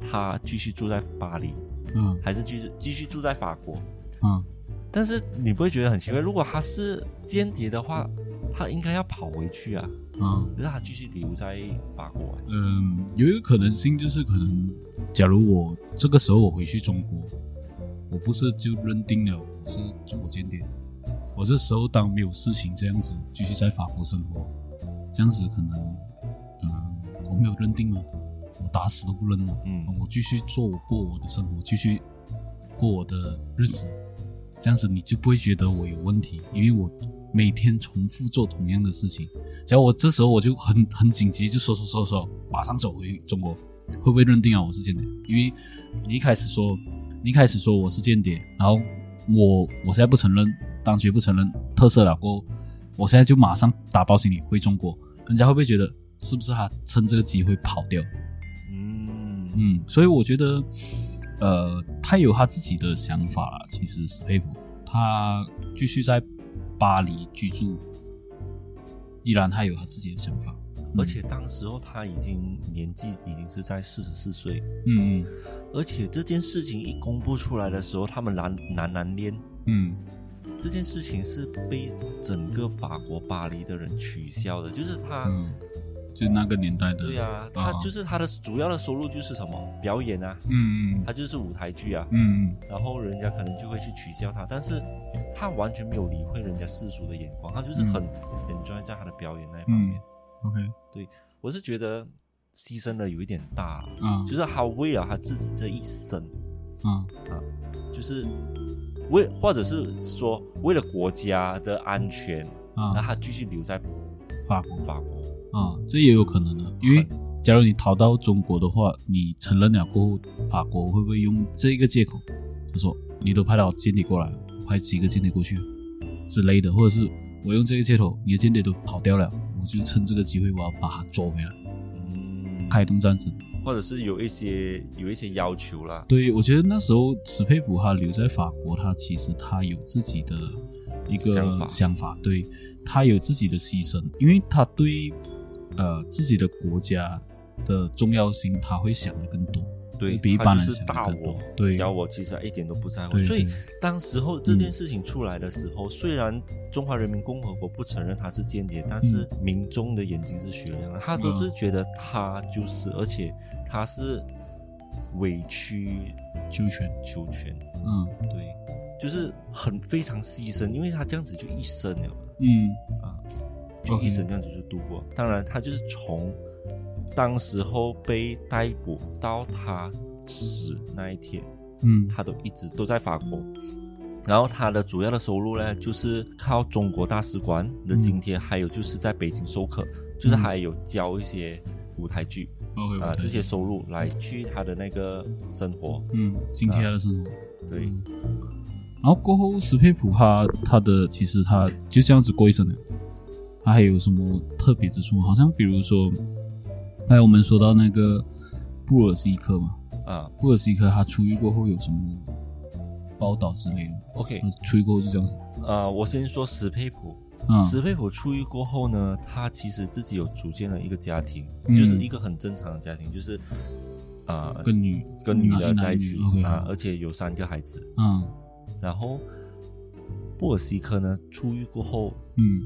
Speaker 2: 他继续住在巴黎，
Speaker 1: 嗯
Speaker 2: 还是继续继续住在法国。
Speaker 1: 嗯，
Speaker 2: 但是你不会觉得很奇怪？如果他是间谍的话，他应该要跑回去啊，
Speaker 1: 嗯。
Speaker 2: 可是他继续留在法国、啊。
Speaker 1: 嗯，有一个可能性就是，可能假如我这个时候我回去中国，我不是就认定了我是中国间谍，我这时候当没有事情这样子继续在法国生活，这样子可能，嗯，我没有认定了，我打死都不认哦了，
Speaker 2: 嗯
Speaker 1: 我继续做我过我的生活，继续过我的日子，这样子你就不会觉得我有问题，因为我每天重复做同样的事情。假如我这时候我就很很紧急，就说说说说，马上走回中国，会不会认定啊我是间谍？因为你一开始说，你一开始说我是间谍，然后我我现在不承认，当局不承认特色了过后，我现在就马上打包行李回中国，人家会不会觉得是不是他趁这个机会跑掉？
Speaker 2: 嗯
Speaker 1: 嗯，所以我觉得，呃，他有他自己的想法啦。其实史佩普他继续在巴黎居住，依然他有他自己的想法。嗯
Speaker 2: 而且当时候他已经年纪已经是在四十四岁，
Speaker 1: 嗯，
Speaker 2: 而且这件事情一公布出来的时候，他们男男男恋
Speaker 1: 嗯嗯
Speaker 2: 这件事情是被整个法国巴黎的人取笑的，就是他，
Speaker 1: 嗯，就那个年代的，
Speaker 2: 啊对啊，他就是他的主要的收入就是什么表演啊，
Speaker 1: 嗯
Speaker 2: 他就是舞台剧啊，
Speaker 1: 嗯
Speaker 2: 然后人家可能就会去取笑他，但是他完全没有理会人家世俗的眼光，他就是很 enjoy 在他的表演那一方面。
Speaker 1: 嗯，OK，
Speaker 2: 我是觉得牺牲的有一点大，
Speaker 1: 啊
Speaker 2: 就是他为了他自己这一生，
Speaker 1: 啊
Speaker 2: 就是为或者是说为了国家的安全，然后
Speaker 1: 啊，
Speaker 2: 他继续留在
Speaker 1: 法国
Speaker 2: 法国，
Speaker 1: 啊，这也有可能的，因为假如你逃到中国的话，你承认了过后，法国会不会用这个借口，就说你都派到间谍过来了，我派几个间谍过去之类的，或者是我用这个借口，你的间谍都跑掉了，我就趁这个机会我要把他捉回来，
Speaker 2: 嗯，
Speaker 1: 开动战争。
Speaker 2: 或者是有一些有一些要求啦，
Speaker 1: 对，我觉得那时候史佩普他留在法国，他其实他有自己的一个
Speaker 2: 想法
Speaker 1: 对他有自己的牺牲，因为他对呃自己的国家的重要性，他会想的更多。
Speaker 2: 对，
Speaker 1: 比一
Speaker 2: 他
Speaker 1: 般
Speaker 2: 就
Speaker 1: 人
Speaker 2: 是
Speaker 1: 想得
Speaker 2: 大
Speaker 1: 更多
Speaker 2: 我，
Speaker 1: 对
Speaker 2: 小我其实他一点都不在乎，
Speaker 1: 对
Speaker 2: 所以
Speaker 1: 对嗯
Speaker 2: 当时候这件事情出来的时候，虽然中华人民共和国不承认他是间谍，但是
Speaker 1: 嗯
Speaker 2: 民众的眼睛是雪亮的，他都是觉得他就是，而且他是委曲
Speaker 1: 求全，
Speaker 2: 求全，
Speaker 1: 嗯
Speaker 2: 对，就是很非常牺牲，因为他这样子就一生了嘛
Speaker 1: 嗯
Speaker 2: 啊，就
Speaker 1: OK
Speaker 2: 一生这样子就度过。当然，他就是从当时候被逮捕到他死那一天，
Speaker 1: 嗯
Speaker 2: 他都一直都在法国。然后他的主要的收入呢，就是靠中国大使馆的津贴，还有就是在北京授课，就是还有教一些舞台剧
Speaker 1: ，OK，
Speaker 2: 啊、
Speaker 1: 我嗯
Speaker 2: 这
Speaker 1: 对
Speaker 2: 些收入来去他的那个生活。
Speaker 1: 嗯，今天的生活。
Speaker 2: 对，
Speaker 1: 嗯然后过后，史佩普他他的其实他就这样子过一生了。他还有什么特别之处吗？好像比如说，还有我们说到那个布尔西克嘛，
Speaker 2: 啊
Speaker 1: 布尔西克他出狱过后有什么报道之类的？
Speaker 2: ，OK，
Speaker 1: 嗯出狱过后就这样子，
Speaker 2: 呃，我先说史佩普，
Speaker 1: 嗯
Speaker 2: 史佩普出狱过后呢，他其实自己有组建了一个家庭，
Speaker 1: 嗯
Speaker 2: 就是一个很正常的家庭，就是啊、呃
Speaker 1: 跟女
Speaker 2: 跟女
Speaker 1: 男
Speaker 2: 的在一起
Speaker 1: 男女
Speaker 2: 啊、
Speaker 1: ，OK，
Speaker 2: 而且有三个孩子。
Speaker 1: 嗯
Speaker 2: 然后布尔西克呢，出狱过后，
Speaker 1: 嗯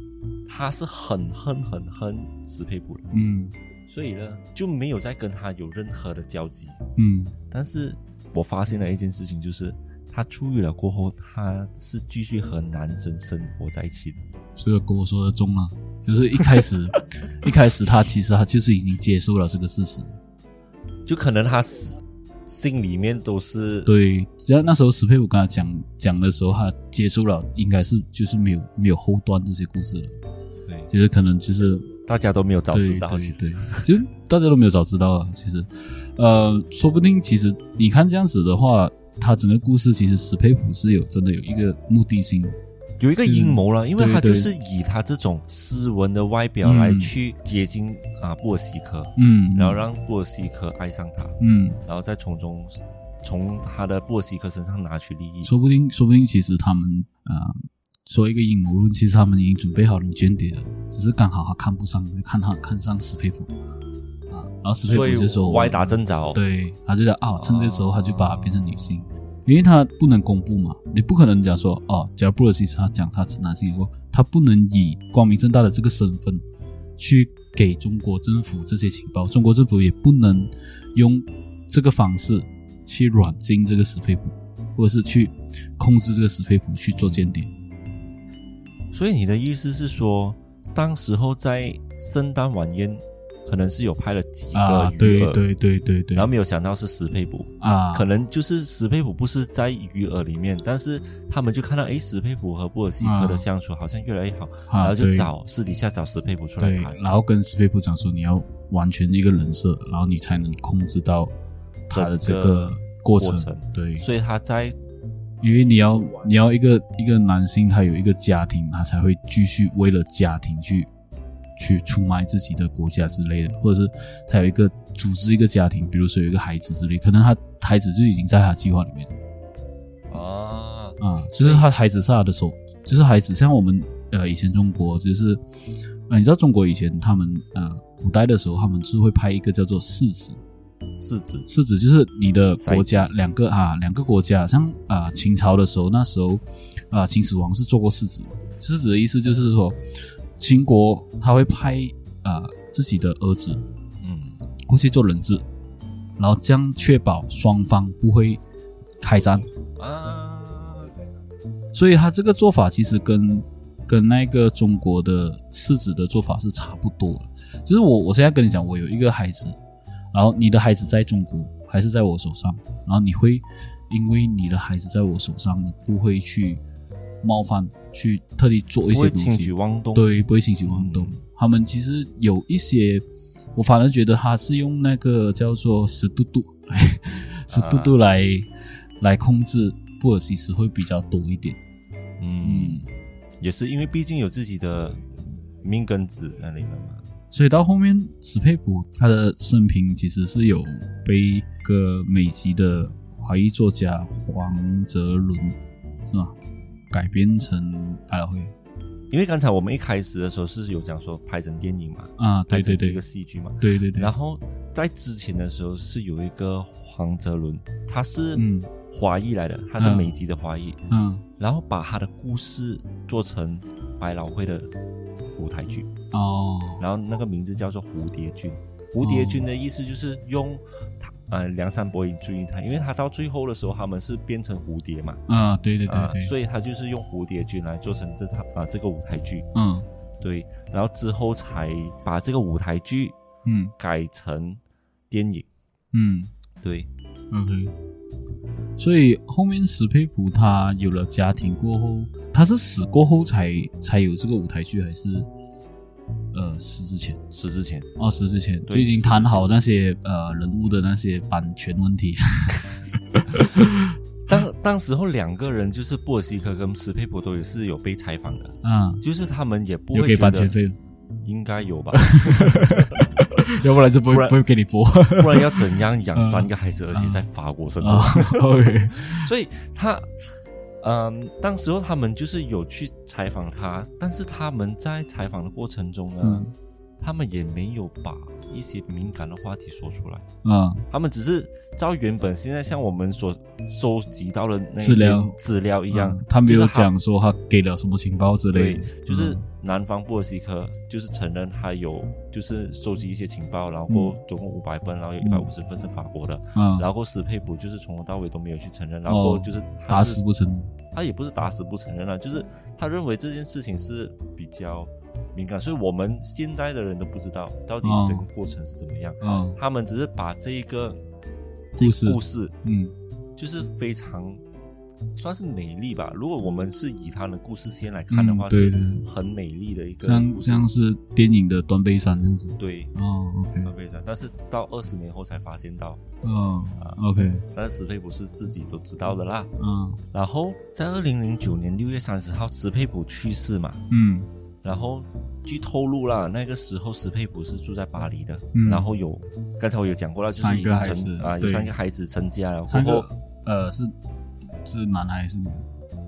Speaker 2: 他是很恨很恨史佩普的，
Speaker 1: 嗯
Speaker 2: 所以呢就没有再跟他有任何的交集。
Speaker 1: 嗯
Speaker 2: 但是我发现了一件事情，就是他出狱了过后，他是继续和男生生活在一起的。
Speaker 1: 所以跟我说的中了，就是一开 始一开始他其实他就是已经接受了这个事实，
Speaker 2: 就可能他死心里面都是
Speaker 1: 对，只要那时候史佩普跟他讲讲的时候，他接受了，应该是就是没有没有后端这些故事了，
Speaker 2: 对
Speaker 1: 其实可能就是
Speaker 2: 大家都没有早
Speaker 1: 对
Speaker 2: 知道，其
Speaker 1: 对
Speaker 2: 实
Speaker 1: 对，其实大家都没有早知道啊。其实，呃，说不定其实你看这样子的话，他整个故事其实史佩普是有真的有一个目的性的。
Speaker 2: 有一个阴谋了，因为
Speaker 1: 对
Speaker 2: 他就
Speaker 1: 对
Speaker 2: 是以他这种斯文的外表来
Speaker 1: 嗯
Speaker 2: 去接近啊布尔西科，
Speaker 1: 嗯，
Speaker 2: 然后让布尔西科爱上他，
Speaker 1: 嗯，
Speaker 2: 然后再从中从他的布尔西科身上拿取利益。
Speaker 1: 说不定说不定其实他们啊、呃说一个阴谋论，其实他们已经准备好了间谍了，只是刚好他看不上，就看他看上史佩普啊，然后史佩
Speaker 2: 所以
Speaker 1: 普就说
Speaker 2: 歪打正着，，
Speaker 1: 对，他就在啊，趁这时候他就把她变成女性，因为他不能公布嘛，你不可能讲说哦，假如布鲁西斯他讲他是男性以后，他不能以光明正大的这个身份去给中国政府这些情报，中国政府也不能用这个方式去软禁这个史佩普，或者是去控制这个史佩普去做间谍。
Speaker 2: 所以你的意思是说，当时候在圣诞晚宴可能是有拍了几
Speaker 1: 啊
Speaker 2: 个，余
Speaker 1: 对
Speaker 2: 额，
Speaker 1: 对对对对
Speaker 2: 然后没有想到是史佩普，
Speaker 1: 啊，
Speaker 2: 可能就是史佩普不是在鱼饵里面，但是他们就看到诶，史佩普和布尔西克的相处好像越来越好，
Speaker 1: 啊
Speaker 2: 然后就
Speaker 1: 对
Speaker 2: 找私底下找史佩普出来
Speaker 1: 对
Speaker 2: 谈，，
Speaker 1: 然后跟史佩普讲说你要完全一个人设，然后你才能控制到他的这
Speaker 2: 整个
Speaker 1: 个过程。
Speaker 2: 过程
Speaker 1: 对，
Speaker 2: 所以他在
Speaker 1: 因为你要你要一个一个男性，他有一个家庭，他才会继续为了家庭去去出卖自己的国家之类的，或者是他有一个组织一个家庭，比如说有一个孩子之类，可能他孩子就已经在他计划里面
Speaker 2: 啊，
Speaker 1: 啊，就是他孩子是他的手，就是孩子像我们呃以前中国就是，呃你知道中国以前他们呃古代的时候，他们是会拍一个叫做世子，
Speaker 2: 是指
Speaker 1: 是指就是你的国家
Speaker 2: 塞
Speaker 1: 两个啊，两个国家，像啊秦朝的时候，那时候啊秦始皇是做过世子嘛，世子的意思就是说，秦国他会派啊自己的儿子
Speaker 2: 嗯
Speaker 1: 过去做人质，然后这样确保双方不会开战，
Speaker 2: 啊，
Speaker 1: 所以他这个做法其实跟跟那个中国的世子的做法是差不多的。就是我我现在跟你讲，我有一个孩子，然后你的孩子在中国还是在我手上，然后你会因为你的孩子在我手上，你不会去冒犯，去特地做一
Speaker 2: 不
Speaker 1: 些
Speaker 2: 会
Speaker 1: 东
Speaker 2: 轻
Speaker 1: 西
Speaker 2: 举，妄动，
Speaker 1: 对，不会轻举妄动。
Speaker 2: 嗯
Speaker 1: 他们其实有一些，我反而觉得他是用那个叫做“死嘟嘟”来 “死嘟嘟”来、来控制布尔西斯会比较多一点。
Speaker 2: 嗯，
Speaker 1: 嗯，
Speaker 2: 也是因为毕竟有自己的命根子在里面嘛，
Speaker 1: 所以到后面史佩普他的生平其实是有被一个美籍的华裔作家黄泽伦是吗？改编成百老汇
Speaker 2: 因为刚才我们一开始的时候是有讲说拍成电影嘛，
Speaker 1: 啊，对
Speaker 2: 拍成
Speaker 1: 对
Speaker 2: 是一
Speaker 1: 对
Speaker 2: 个戏剧嘛，
Speaker 1: 对对对，
Speaker 2: 然后在之前的时候是有一个黄泽伦，他是
Speaker 1: 嗯
Speaker 2: 华裔来的，他是
Speaker 1: 嗯
Speaker 2: 美籍的华裔，
Speaker 1: 嗯
Speaker 2: 然后把他的故事做成百老汇的舞台剧，
Speaker 1: 哦
Speaker 2: 然后那个名字叫做《蝴蝶君》。蝴蝶君的意思就是用他呃梁山伯与祝英台，因为他到最后的时候他们是变成蝴蝶嘛，
Speaker 1: 啊，对对对
Speaker 2: 啊、
Speaker 1: 对，
Speaker 2: 所以他就是用蝴蝶君来做成这套啊、这个舞台剧，
Speaker 1: 嗯
Speaker 2: 对，然后之后才把这个舞台剧
Speaker 1: 嗯
Speaker 2: 改成电影，
Speaker 1: 嗯
Speaker 2: 对，
Speaker 1: ，OK。所以后面史佩普他有了家庭过后，他是死过后才才有这个舞台剧，还是呃死之前？
Speaker 2: 是之前，
Speaker 1: 二十之前就
Speaker 2: 对
Speaker 1: 已经谈好那些呃人物的那些版权问 题。
Speaker 2: 当当时候两个人就是布尔西克跟史佩普都也是有被采访的，
Speaker 1: 嗯，
Speaker 2: 就是他们也啊不
Speaker 1: 有
Speaker 2: 会
Speaker 1: 给
Speaker 2: 觉
Speaker 1: 版权
Speaker 2: 得
Speaker 1: 费，
Speaker 2: 应该有吧，
Speaker 1: 要不然就不
Speaker 2: 不
Speaker 1: 会
Speaker 2: 然
Speaker 1: 不会给你播。
Speaker 2: 不然要怎样养三个孩子，而且在法国生活
Speaker 1: 啊？，OK，
Speaker 2: 所以他，嗯，当时候他们就是有去采访他，但是他们在采访的过程中呢，
Speaker 1: 嗯
Speaker 2: 他们也没有把一些敏感的话题说出来，
Speaker 1: 啊，
Speaker 2: 他们只是照原本现在像我们所收集到的那些
Speaker 1: 资料
Speaker 2: 资料一
Speaker 1: 一
Speaker 2: 样，
Speaker 1: 啊他没
Speaker 2: 就
Speaker 1: 有
Speaker 2: 是
Speaker 1: 讲说他给了什么情报之类
Speaker 2: 对
Speaker 1: 的。，嗯
Speaker 2: 就是南方布尔西克，就是承认他有，就是收集一些情报，然后过总共五百分，然后有一百五十分是法国的，
Speaker 1: 嗯，哦
Speaker 2: 然后史佩普就是从头到尾都没有去承认，然后就是
Speaker 1: 打
Speaker 2: 他是
Speaker 1: 死不承认。
Speaker 2: 他也不是打死不承认了，啊就是他认为这件事情是比较敏感，所以我们现在的人都不知道到底
Speaker 1: 哦
Speaker 2: 整个过程是怎么样，
Speaker 1: 嗯，
Speaker 2: 他们只是把这一个
Speaker 1: 故事
Speaker 2: 这个故事
Speaker 1: 嗯
Speaker 2: 就是非常算是美丽吧。如果我们是以他的故事线来看的话，
Speaker 1: 嗯对
Speaker 2: 是很美丽的一个故
Speaker 1: 像
Speaker 2: 事，
Speaker 1: 像是电影的端杯山这样子。
Speaker 2: 对，
Speaker 1: 哦，OK，
Speaker 2: 很悲伤。但是到二十年后才发现到，
Speaker 1: 嗯，OK，
Speaker 2: 啊但是史佩普是自己都知道的啦。
Speaker 1: 嗯
Speaker 2: 然后在二零零九年六月三十号，史佩普去世嘛，
Speaker 1: 嗯
Speaker 2: 然后据透露啦，那个时候史佩普是住在巴黎的，
Speaker 1: 嗯
Speaker 2: 然后有刚才我有讲过了，就是已经
Speaker 1: 三个孩子
Speaker 2: 成啊、有
Speaker 1: 对
Speaker 2: 三个孩子成家了，过
Speaker 1: 三个
Speaker 2: 后
Speaker 1: 呃是是男孩是女？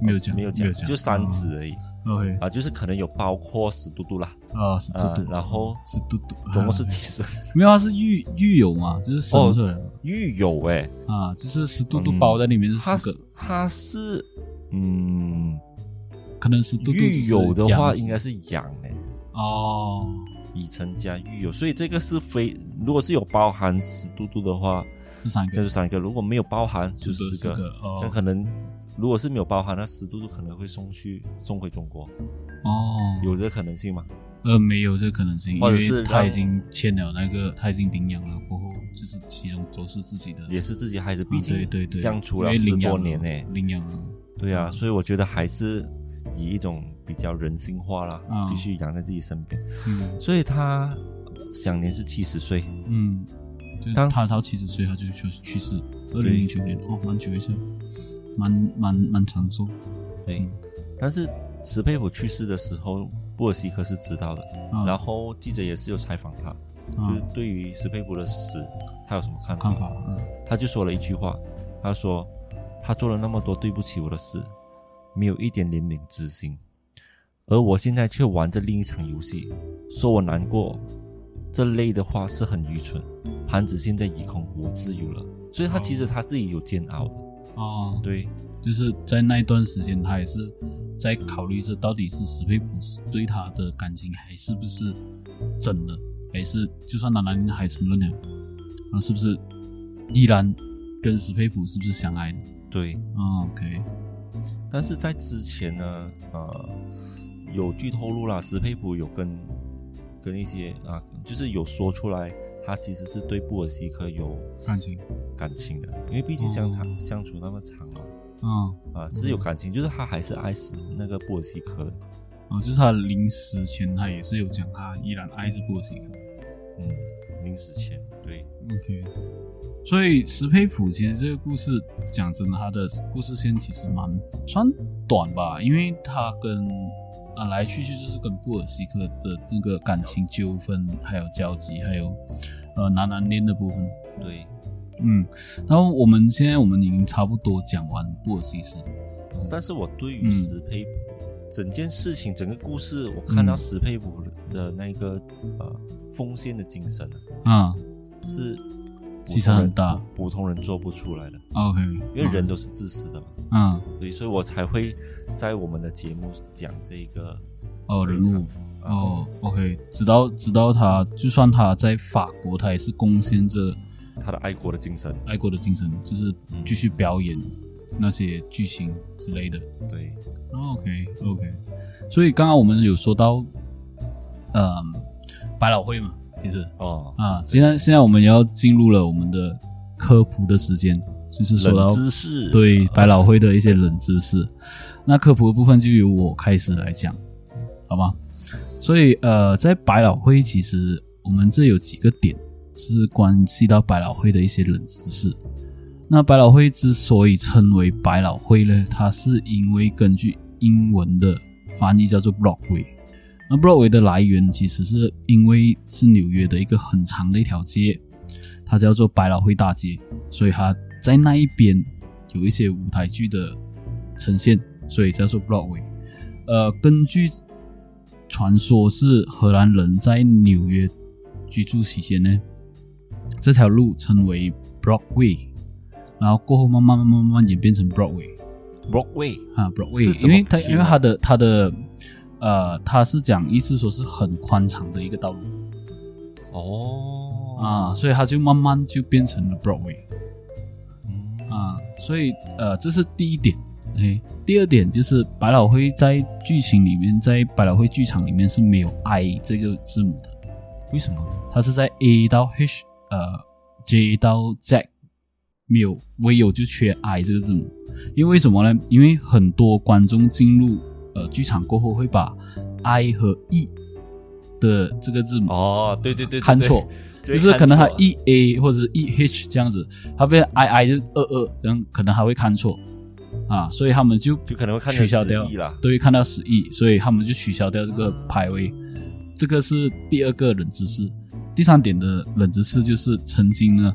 Speaker 1: 没有讲，
Speaker 2: 没有
Speaker 1: 讲嗯
Speaker 2: 讲，，就三
Speaker 1: 子。
Speaker 2: 子而已、
Speaker 1: OK，
Speaker 2: 啊，就是可能有包括史嘟嘟啦，
Speaker 1: 啊，是嘟
Speaker 2: 啊
Speaker 1: 嘟，，
Speaker 2: 然后
Speaker 1: 是嘟嘟，
Speaker 2: 总共是哦几十
Speaker 1: 没有，它是狱狱友嘛，就是生出来的、
Speaker 2: 狱友哎、欸，
Speaker 1: 啊，就是十嘟嘟
Speaker 2: 嗯
Speaker 1: 包在里面
Speaker 2: 他
Speaker 1: 是十
Speaker 2: 是
Speaker 1: 个，
Speaker 2: 他是嗯，
Speaker 1: 可能十嘟嘟
Speaker 2: 狱友的话应
Speaker 1: 该
Speaker 2: 该是养哎、
Speaker 1: 哦，
Speaker 2: 已成家狱友，所以这个是非如果是有包含史嘟嘟的话，
Speaker 1: 是三
Speaker 2: 这
Speaker 1: 个
Speaker 2: 就，三个；如果没有包含，就
Speaker 1: 十
Speaker 2: 四
Speaker 1: 个
Speaker 2: 个。那
Speaker 1: 哦
Speaker 2: 可能如果是没有包含，那十嘟嘟可能会送去送回中国，
Speaker 1: 哦，
Speaker 2: 有这个可能性吗？
Speaker 1: 呃没有这个可能性，因
Speaker 2: 或者是
Speaker 1: 为他
Speaker 2: 让
Speaker 1: 已经签了那个，他已经领养了，过后就是其中都是自己的，
Speaker 2: 也是自己孩子，
Speaker 1: 啊
Speaker 2: 毕
Speaker 1: 对
Speaker 2: 竟
Speaker 1: 对对，
Speaker 2: 相处了
Speaker 1: 因为
Speaker 2: 十
Speaker 1: 领养
Speaker 2: 多
Speaker 1: 了
Speaker 2: 年呢。
Speaker 1: 领养了，
Speaker 2: 对啊，所以我觉得还是以一种比较人性化啦，
Speaker 1: 嗯
Speaker 2: 继续养在自己身边。
Speaker 1: 嗯
Speaker 2: 所以他享年是七十岁，
Speaker 1: 嗯，就是
Speaker 2: 当时
Speaker 1: 他到七十岁他就去去世，二零零九年哦，蛮久一下，蛮蛮蛮长寿
Speaker 2: 对，
Speaker 1: 嗯
Speaker 2: 但是史佩普去世的时候，布尔希科是知道的，
Speaker 1: 啊。
Speaker 2: 然后记者也是有采访他，
Speaker 1: 啊
Speaker 2: 就是对于史佩普的死，他有什么看法？
Speaker 1: 看法，嗯
Speaker 2: 他就说了一句话，他说他做了那么多对不起我的事，没有一点怜悯之心，而我现在却玩着另一场游戏，说我难过，这类的话是很愚蠢。盘子现在已空，我自由了，所以他其实他自己有煎熬的，
Speaker 1: 哦，
Speaker 2: 对
Speaker 1: 就是在那一段时间，他也是在考虑着到底是史佩普对他的感情还是不是真的，还是就算他男孩承认了，啊，是不是依然跟史佩普是不是相爱的？
Speaker 2: 对。
Speaker 1: 啊，OK，
Speaker 2: 嗯但是在之前呢，呃，有据透露啦，史佩普有跟跟一些啊，就是有说出来，他其实是对布尔希科有
Speaker 1: 感情，
Speaker 2: 感情的，因为毕竟相长、
Speaker 1: 哦
Speaker 2: 相处那么长嘛，
Speaker 1: 嗯，
Speaker 2: 啊，是有感情，就是他还是爱死那个布尔希科的，
Speaker 1: 啊，就是他临死前他也是有讲，他依然爱着布尔西克。
Speaker 2: 嗯，临死前，对，
Speaker 1: OK，所以史佩普其实这个故事讲真的，他的故事线其实蛮算短吧，因为他跟啊来去去就是跟布尔西克的那个感情纠纷，还有交集，还有呃男男恋的部分。
Speaker 2: 对，
Speaker 1: 嗯，然后我们现在我们已经差不多讲完布尔西斯，
Speaker 2: 但是我对
Speaker 1: 嗯
Speaker 2: 于史佩普、整件事情、整个故事，我
Speaker 1: 嗯
Speaker 2: 看到史佩普的那个呃奉献的精神啊，
Speaker 1: 啊
Speaker 2: 是
Speaker 1: 牺牲很大
Speaker 2: 普普通人做不出来的，
Speaker 1: ，OK，
Speaker 2: 因为人都是自私的嘛，
Speaker 1: 啊
Speaker 2: 对，所以我才会在我们的节目讲这个
Speaker 1: 哦
Speaker 2: 非
Speaker 1: 人物。
Speaker 2: 常啊
Speaker 1: 哦，OK，直到直到他，就算他在法国，他也是贡献着
Speaker 2: 他的爱国的精神，
Speaker 1: 爱国的精神，就是
Speaker 2: 嗯
Speaker 1: 继续表演那些剧情之类的。
Speaker 2: 对，
Speaker 1: OK OK，所以刚刚我们有说到，呃，百老汇嘛，其实
Speaker 2: 哦，
Speaker 1: 啊，现在现在我们要进入了我们的科普的时间，就是说到
Speaker 2: 冷知识，
Speaker 1: 对
Speaker 2: 啊
Speaker 1: 百老汇的一些冷知识。那科普的部分就由我开始来讲，好吗？所以呃，在百老汇，其实我们这有几个点是关系到百老汇的一些冷知识。那百老汇之所以称为百老汇呢，它是因为根据英文的翻译叫做 Broadway。那 Broadway 的来源其实是因为是纽约的一个很长的一条街，它叫做百老汇大街，所以它在那一边有一些舞台剧的呈现，所以叫做 Broadway。呃，根据传说是荷兰人在纽约居住期间呢，这条路称为 Broadway，然后过后慢慢慢慢慢慢演变成 Broadway。
Speaker 2: Broadway，
Speaker 1: 啊
Speaker 2: 是
Speaker 1: ，Broadway，
Speaker 2: 怎
Speaker 1: 因
Speaker 2: 么
Speaker 1: 为它
Speaker 2: 拼
Speaker 1: 因为
Speaker 2: 啊
Speaker 1: 它的它的呃，它是讲意思说是很宽敞的一个道路
Speaker 2: 哦，
Speaker 1: 啊，所以它就慢慢就变成了 Broadway
Speaker 2: 嗯，
Speaker 1: 啊，所以呃，这是第一点。哎，第二点就是百老汇在剧情里面，在百老汇剧场里面是没有 I 这个字母的，
Speaker 2: 为什么呢？
Speaker 1: 它是在 A 到 H 呃 J 到 Z 没有唯有就缺 I 这个字母，因为为什么呢？因为很多观众进入呃剧场过后会把 I 和 E 的这个字母
Speaker 2: 哦，对对对，对
Speaker 1: 看错，
Speaker 2: 对
Speaker 1: 就是可能他
Speaker 2: 看错
Speaker 1: E A 或者 E H 这样子，他变 I I 就二二，然后可能还会看错啊，所以他们就
Speaker 2: 就可能会看成
Speaker 1: 取消掉
Speaker 2: 10亿啦
Speaker 1: 对，看到十亿，所以他们就取消掉这个排位。这个是第二个冷知识。第三点的冷知识就是，曾经呢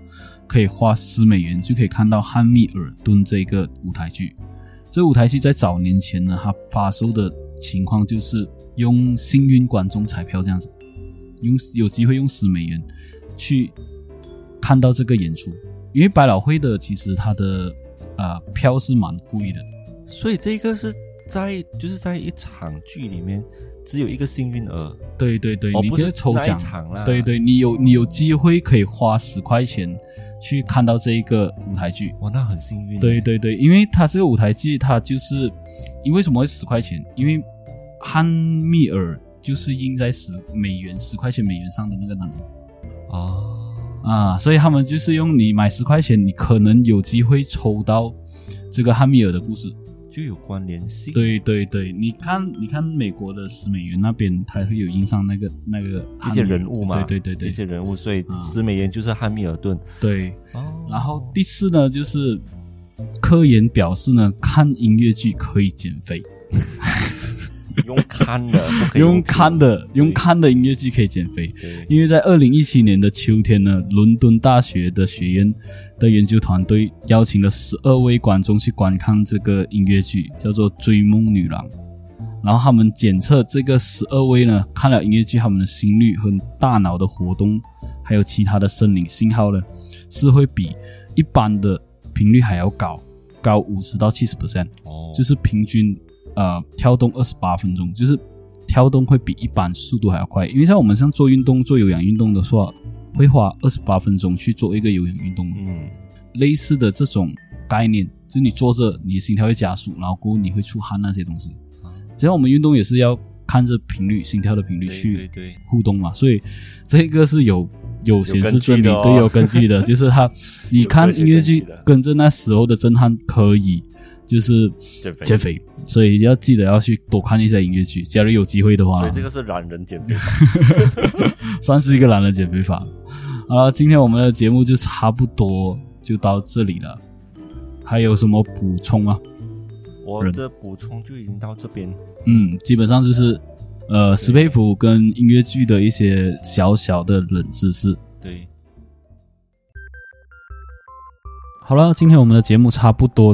Speaker 1: 可以花十美元就可以看到《汉密尔顿》这个舞台剧。这舞台剧在早年前呢，它发售的情况就是用幸运观众彩票这样子，用有机会用十美元去看到这个演出。因为百老汇的其实它的呃票是蛮贵的，
Speaker 2: 所以这个是在就是在一场剧里面只有一个幸运儿，
Speaker 1: 对对对，
Speaker 2: 哦，
Speaker 1: 你
Speaker 2: 不
Speaker 1: 就是抽
Speaker 2: 那一
Speaker 1: 奖，
Speaker 2: 场啦，
Speaker 1: 对，对，你有你有机会可以花十块钱去看到这一个舞台剧。
Speaker 2: 哇，那很幸运，
Speaker 1: 对，对对，因为它这个舞台剧，它就是因为什么会十块钱？因为汉密尔就是印在十美元、十块钱美元上的那个男人
Speaker 2: 哦，
Speaker 1: 啊，所以他们就是用你买十块钱，你可能有机会抽到这个汉密尔的故事。
Speaker 2: 就有关联性，，
Speaker 1: 对对对，你看你看美国的十美元那边，它会有印上那个那个
Speaker 2: 一
Speaker 1: 汉密
Speaker 2: 些
Speaker 1: 尔
Speaker 2: 人物嘛，
Speaker 1: 对对对对
Speaker 2: 一些人物，所以
Speaker 1: 啊
Speaker 2: 史美元就是汉密尔顿，
Speaker 1: 对。
Speaker 2: 哦
Speaker 1: 然后第四呢，就是科研表示呢，看音乐剧可以减肥，
Speaker 2: 用看 的，不可以
Speaker 1: 用
Speaker 2: 听
Speaker 1: 看的用
Speaker 2: 对
Speaker 1: 看的音乐剧可以减肥。
Speaker 2: 对
Speaker 1: 因为在二零一七年的秋天呢，伦敦大学的学院的研究团队邀请了十二位观众去观看这个音乐剧，叫做《追梦女郎》。然后他们检测这个十二位呢，看了音乐剧，他们的心率和大脑的活动，还有其他的生理信号呢，是会比一般的频率还要高，高五十到七十 percent。
Speaker 2: 哦，
Speaker 1: 就是平均呃跳动二十八分钟，就是跳动会比一般速度还要快。因为像我们像做运动、做有氧运动的话，会花二十八分钟去做一个有氧运动。
Speaker 2: 嗯，
Speaker 1: 类似的这种概念，就是你坐着，你的心跳会加速，然后过后你会出汗那些东西。就像我们运动也是要看着频率、心跳的频率
Speaker 2: 啊对对
Speaker 1: 去
Speaker 2: 对，
Speaker 1: 互动嘛，所以这个是有有显示证明，
Speaker 2: 有根据的哦
Speaker 1: 对，有根据的，就是 他，你看音乐
Speaker 2: 有
Speaker 1: 剧
Speaker 2: 科学根据的
Speaker 1: 跟着那时候的震撼可以，就是
Speaker 2: 减肥
Speaker 1: 减肥，所以要记得要去多看一下音乐剧。假如有机会的话
Speaker 2: 所以，这个是懒人减肥法，
Speaker 1: 算是一个懒人减肥法。啊，今天我们的节目就差不多就到这里了，还有什么补充吗？
Speaker 2: 我的补充就已经到这边，
Speaker 1: 嗯，基本上就是呃，史佩普跟音乐剧的一些小小的冷知识。
Speaker 2: 对，
Speaker 1: 好了，今天我们的节目差不多